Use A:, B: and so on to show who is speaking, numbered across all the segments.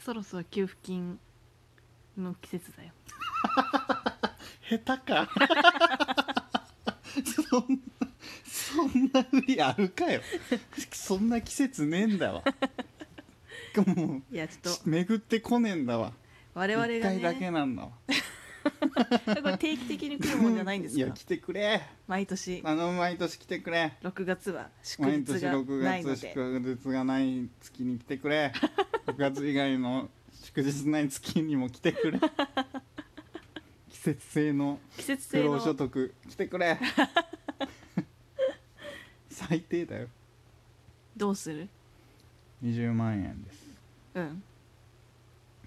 A: そろそろ給付金の季節だよ
B: 下手か そんなそんなふりあるかよそんな季節ねえんだわも
A: いやちょっと
B: う巡ってこねえんだわ
A: 我
B: 一、
A: 々がね
B: 回だけなんだわ
A: これ定期的に来るもんじゃないんです
B: い
A: か
B: や来てくれ
A: 毎 年
B: あの毎年来てくれ
A: 6月は祝
B: 毎
A: 日
B: 年
A: が
B: 6
A: ないの
B: 月
A: で
B: 祝日がない月に来て くれ6月以外の祝日ない月にも来てくれ季節性の
A: 季節
B: 不
A: 性
B: 労所
A: の
B: 得来てくれ最低だよ
A: どうする
B: 20万円です
A: うん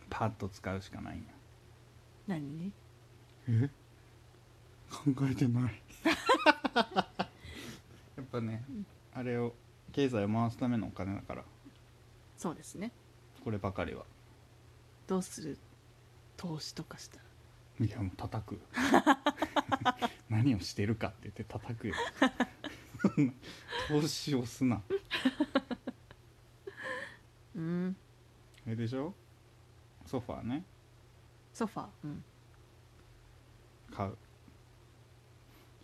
B: パッと使うしかないん
A: 何
B: え考えてない やっぱねあれを経済を回すためのお金だから
A: そうですね
B: こればかりは
A: どうする投資とかしたら
B: いやもう叩く 何をしてるかって言って叩くよ 投資をすな
A: うん
B: あれでしょソファーね
A: ソファーうん
B: 買う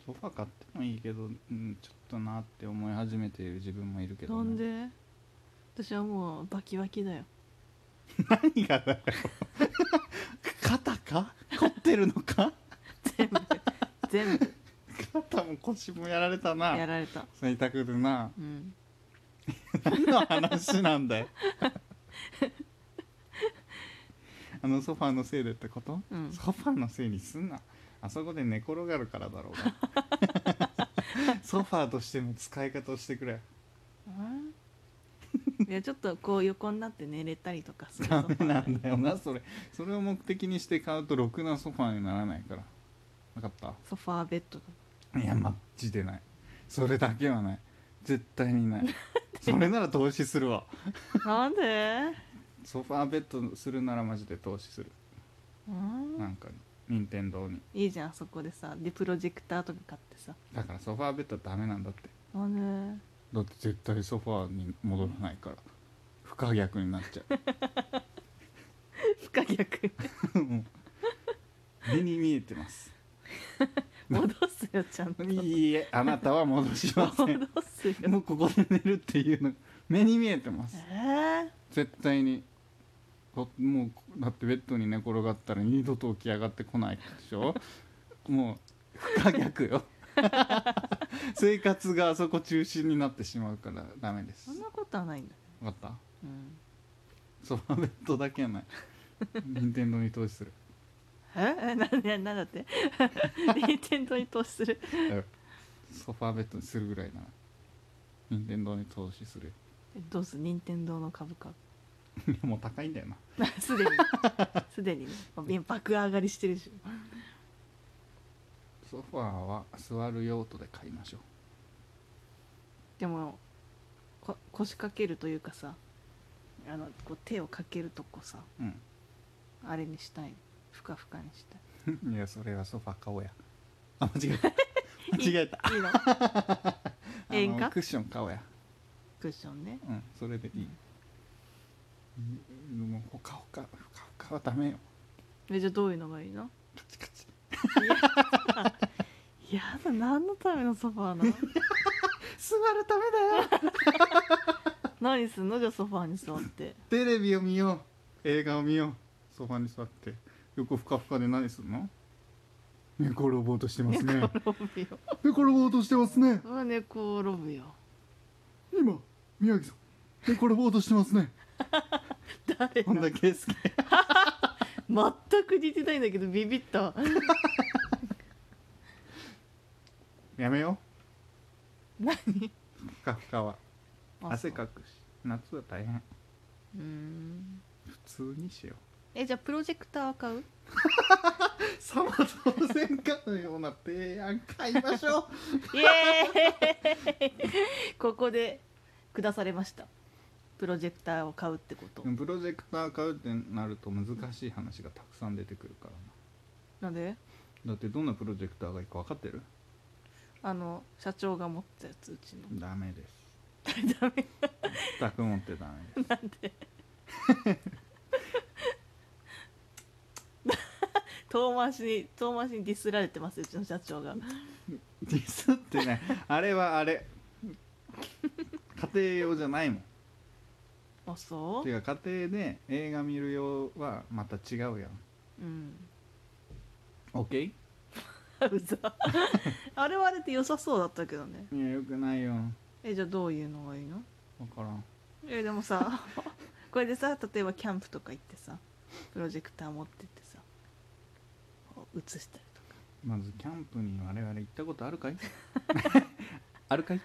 B: ソファー買ってもいいけど、うん、ちょっとなって思い始めている自分もいるけ
A: な
B: ど、ね、
A: んで私はもうバキバキだよ
B: 何がだよ肩か凝ってるのか
A: 全部全部
B: 肩も腰もやられた
A: や
B: な
A: ら れた
B: 在宅でな
A: うん
B: 何の話なん だよあのソファーのせいでってこと、
A: うん
B: ソファーのせいにすんなあそこで寝転がるからだろう がソファーとしての使い方をしてくれ
A: いやちょっとこう横になって寝れたりとかする
B: ダ
A: ソフ
B: メ
A: ァー
B: なんだよなそれそれを目的にして買うとろくなソファーにならないから分かっ
A: ソファーベッドだ
B: たいやマジでないそれだけはない絶対にないそれなら投資するわ
A: なんで
B: ソファーベッドするならマジで投資する
A: うん
B: なんか任天堂に
A: いいじゃんそこでさでプロジェクターとか買ってさ
B: だからソファーベッドはダメなんだって
A: なんで
B: だって絶対ソファーに戻らないから不可逆になっちゃ
A: 不可 逆
B: う もう目に見えてます
A: 戻すよちゃんと
B: いいえあなたは戻しません
A: 戻すよ
B: もうここで寝るっていうの目に見えてます
A: え
B: 絶対にこもうだってベッドに寝転がったら二度と起き上がってこないでし ょもう不可逆よ生活があそこ中心になってしまうからダメで
A: ー
B: す
A: そんなことはないんだ、
B: 分かった
A: うん、
B: ソファーベッドだけはない任天堂に投資する
A: ええなななんだ って任天堂に投資する
B: ソファーベッドにするぐらいなら任天堂に投資する
A: えどうする任天堂の株価
B: もう高いんだよな
A: すでにすでにね今爆上がりしてるでしょ
B: ソファーは座る用途で買いましょう
A: でもこ腰掛けるというかさあのこう手をかけるとこさ
B: う
A: あれにしたいふかふかにしたい
B: ん いやそれはソファー買おうやあ間違 えた間違えた
A: いいのええん
B: あの
A: か
B: クッション買おうや
A: クッションね
B: うんそれでいい、うん、もうほかほかほかほかはダメよ
A: えじゃあどういうのがいいの
B: カチカチ
A: やだ何のためのソファーなの
B: 座るためだよ
A: 何すんのじゃあソファーに座って
B: テレビを見よう映画を見ようソファに座って横ふかふかで何するの寝転ぼうとしてますね
A: 寝
B: 寝
A: 転ぶよ
B: 転ぼうとしてますね
A: それは寝転ぶよ
B: 今宮城さん寝転ぼうとしてますね
A: 誰
B: 本田圭佑
A: 全く似てないんだけどビビったわ
B: やめよ
A: 何
B: うふかふかは汗か
A: う
B: くし夏は大変
A: うーん
B: 普通にしよう
A: えじゃあプロジェクターは 買う
B: さま当然かのような提案買いましょう
A: イエーイ ここで下されましたプロジェクターを買うってこと、
B: でもプロジェクター買うってなると難しい話がたくさん出てくるか
A: な
B: ら
A: んで
B: なだってどんなプロジェクターがいいか分かってる
A: あの社長が持ってたやつうちの
B: ダメです
A: ダメ
B: 全く持ってダメですなんで
A: 遠回しに遠回しにディスられてますうちの社長が
B: ディスってないあれはあれ家庭用じゃないもん
A: あそ
B: ていうか家庭で映画見る用はまた違うやん
A: ううん
B: OK?
A: うざ あれはあれって良さそうだったけどね
B: いやよくないよ
A: えじゃあどういうのがいいの
B: 分からん
A: えでもさ これでさ例えばキャンプとか行ってさプロジェクター持ってってさこう映したりとか
B: まずキャンプに我々行ったことあるかいあるかいん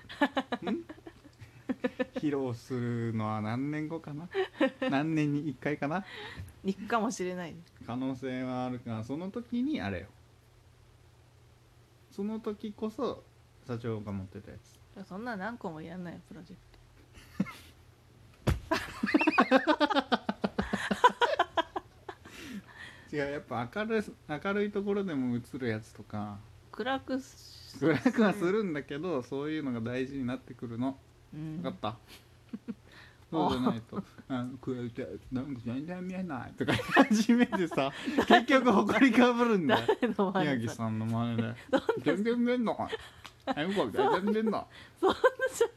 B: 披露するのは何年後かな何年に1回かな
A: 行くかもしれない
B: 可能性はあるがその時にあれよその時こそ社長が持ってたやつ
A: そんな何個もやんないよプロジェクト
B: 違うやっぱ明るい明るいところでも映るやつとか
A: 暗くす
B: 暗くはするんだけどそういうのが大事になってくるの
A: うん
B: 分か った、そうじゃないと「あ暗いてなんか全然見えない」とか初めて さ結局埃かぶるんだよ
A: 誰の前
B: 宮
A: で
B: 城
A: さ
B: さんの真似 で「全然見えんの」えんこみたい全然見えんの
A: そんな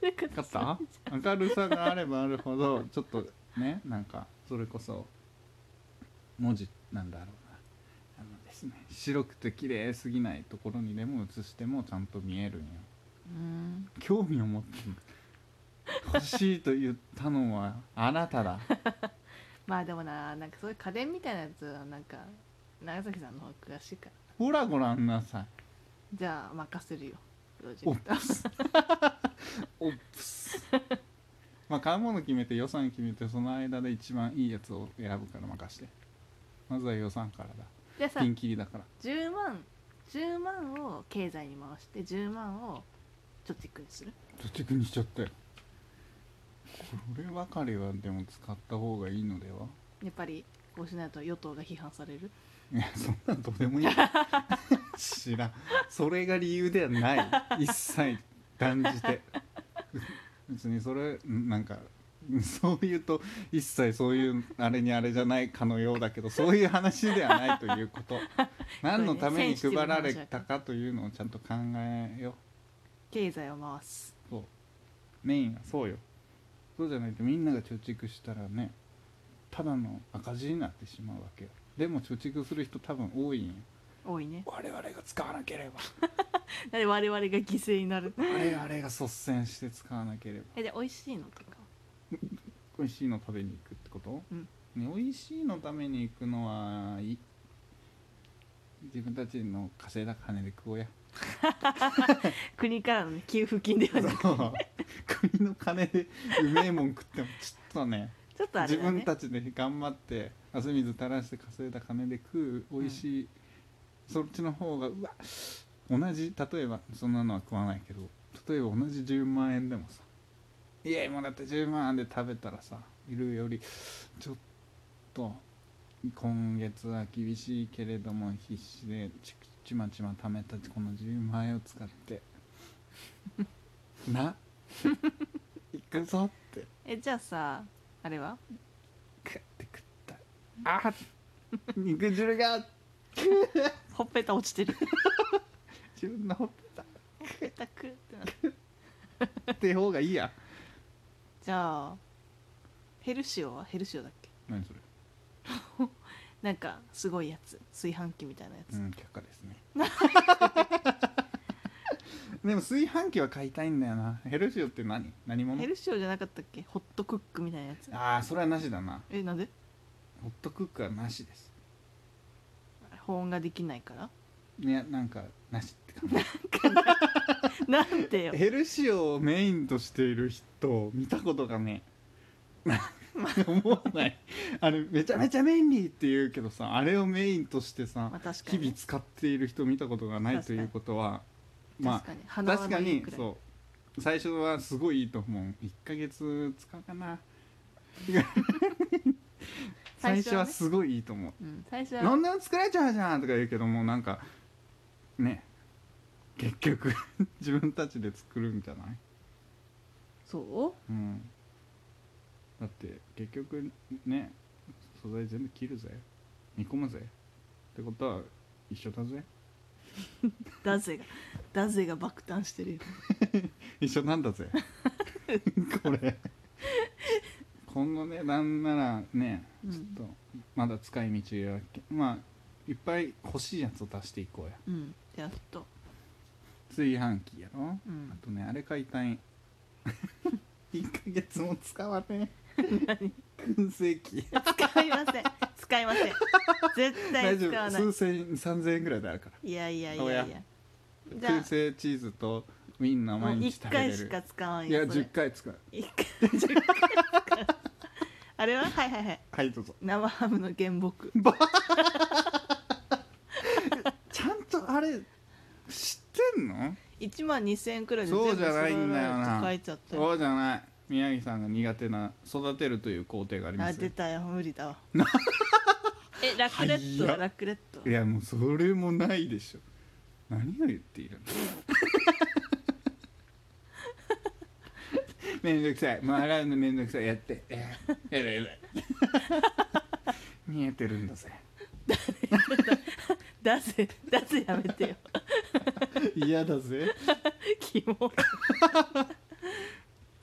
A: 喋り方
B: 分かった明るさがあればあるほどちょっとねなんかそれこそ文字なんだろうなあのですね白くて綺麗すぎないところにでも映してもちゃんと見えるんよ
A: うん
B: 興味を持って欲しいと言ったのはあな ただ
A: まあでもななんかそういう家電みたいなやつはなんか長崎さんの方が詳しいから
B: ほらご覧なさい
A: じゃあ任せるよプロジ
B: オ
A: ェ
B: ッ
A: クター
B: プスオップス まあ買うもの決めて予算決めてその間で一番いいやつを選ぶから任してまずは予算からだ
A: じゃあさ
B: ピンキリだから
A: 10万10万を経済に回して10万を貯蓄にする
B: 貯蓄にしちゃったよこればかりはでも使った方がいいのでは
A: やっぱりこうしないと与党が批判される
B: いやそんなんどうでもいい知らんそれが理由ではない一切断じて別にそれなんかそう言うと一切そういうあれにあれじゃないかのようだけどそういう話ではないということ何のために配られたかというのをちゃんと考えよ
A: 経済を回す
B: うそうメインはそうよそうじゃないとみんなが貯蓄したらねただの赤字になってしまうわけよでも貯蓄する人多分多いんよ
A: 多いね
B: 我々が使わなければ
A: なんで我々が犠牲になる
B: 我々が率先して使わなければ
A: えで美味しいのとか
B: 美味しいの食べに行くってこと、
A: うん
B: ね、美味しいの食べに行くのはいい自分たちの稼いだ金で食おうや
A: 国からのね、給付金ではなく
B: そう 国の金でうめえもん食ってもちょっとね
A: ちょっとあれ
B: 自
A: だ、ね、
B: 分たちで頑張って汗水垂らして稼いだ金で食う美味しい、そっちの方がうわ同じ例えばそんなのは食わないけど例えば同じ10万円でもさ「いやもらって10万円で食べたらさいるよりちょっと今月は厳しいけれども必死でちちまちま貯めたこの10万円を使 ってな行くぞ」って
A: えじゃあさあれは
B: 食って食ったあ肉汁が
A: ほっぺた落ちてる
B: 自分のほっぺ
A: ほっぺたくってなって
B: たって方がいいや
A: じゃあヘルシオはヘルシオだっけ
B: 何それ
A: なんかすごいやつ炊飯器みたいなやつ、
B: うん却下ですね でも炊飯器は買いたいんだよなヘルシオって何何
A: ヘ
B: 者
A: ルシオじゃなかったっけホットクックみたいなやつ
B: ああそれはなしだな
A: えなんで
B: ホットクックはなしです
A: 保温ができないから
B: いやなんかなしって感じ
A: なんてよ
B: ヘルシオをメインとしている人を見たことがね 思わないあれめちゃめちゃ便利って言うけどさあれをメインとしてさ、
A: まあ確かに
B: 日々
A: ね
B: 使っている人を見たことがない
A: 確
B: と
A: かに
B: いうことはま
A: 確かに
B: あ
A: 鼻は
B: 確か
A: ない
B: に
A: くらい
B: そう最初はすごいいいと思う1ヶ月使うかな最初は
A: ね
B: すごいいいと思う
A: うん、最初は
B: 何でも作れちゃうじゃんとか言うけどもうなんかね結局 自分たちで作るんじゃない、
A: そう
B: うん、だって結局ね素材全部切るぜ煮込むぜってことは一緒だぜ
A: ダゼがダゼが爆誕してるよ
B: 一緒なん だぜこれこの値段ならね
A: うん
B: ちょっとまだ使い道やけまあいっぱい欲しいやつを足していこうや
A: うんやっと
B: 炊飯器やろ
A: うん
B: あとねあれ買いたい1ヶ月も使わねえ燻製器
A: 使いません使いません絶対
B: 大丈
A: 使わ
B: 夫
A: ない
B: 数千3000円ぐらいであるから
A: いやいやいや
B: お
A: い
B: や
A: やじゃ
B: 燻製チーズとウインナ
A: あ
B: ー
A: もう
B: 毎日
A: 1
B: 食べれ
A: 回
B: る
A: しか使わん
B: いや
A: よそれ
B: 10回使う
A: 一回10回使うあれははいはいはい
B: はいどうぞ
A: 生ハムの原木
B: ちゃんとあれ知ってんの
A: 1万2000円くらいで
B: そうじゃないんだよな
A: 書いちゃったよ
B: そうじゃない宮城さんが苦手な育てるという工程がありま
A: あ
B: す
A: 出たよ無理だわ えラクレット
B: はいや
A: ラクレット
B: いやもうそれもないでしょ何を言っ ているのめんどくさいもう洗うのめんどくさいやってえーやだやだ見えてるんだぜ
A: 出せ出せやめてよ
B: 嫌だぜ
A: キモ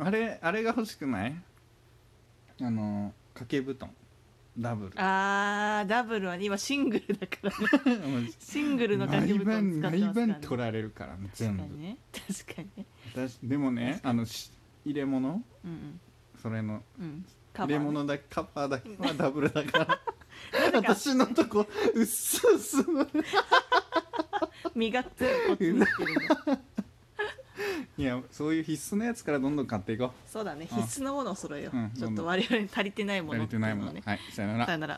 B: あれあれが欲しくないあの掛け布団ダブル
A: あーダブルは今シングルだからねシングルの掛け
B: 毎
A: 布団
B: 晩
A: 使ってます
B: 毎
A: からね
B: 晩取られるからね全
A: 確か
B: 部
A: にね確かにね
B: 私でもねあのし入れ物
A: うん
B: それの
A: うんうんカバ
B: 入れ
A: ーね
B: 物だけカバーだけ はダブルだから私のとこうっすうっす
A: 身が全部こっちにいってるんだ
B: いやそういう必須のやつからどんどん買っていこ
A: そうだね
B: うん
A: 必須のものを揃えよう、
B: うん
A: ちょっと我々に足りてないもの
B: うやり
A: って
B: て
A: いうの
B: な
A: を
B: いもの
A: ね
B: はいさよなら
A: さよなら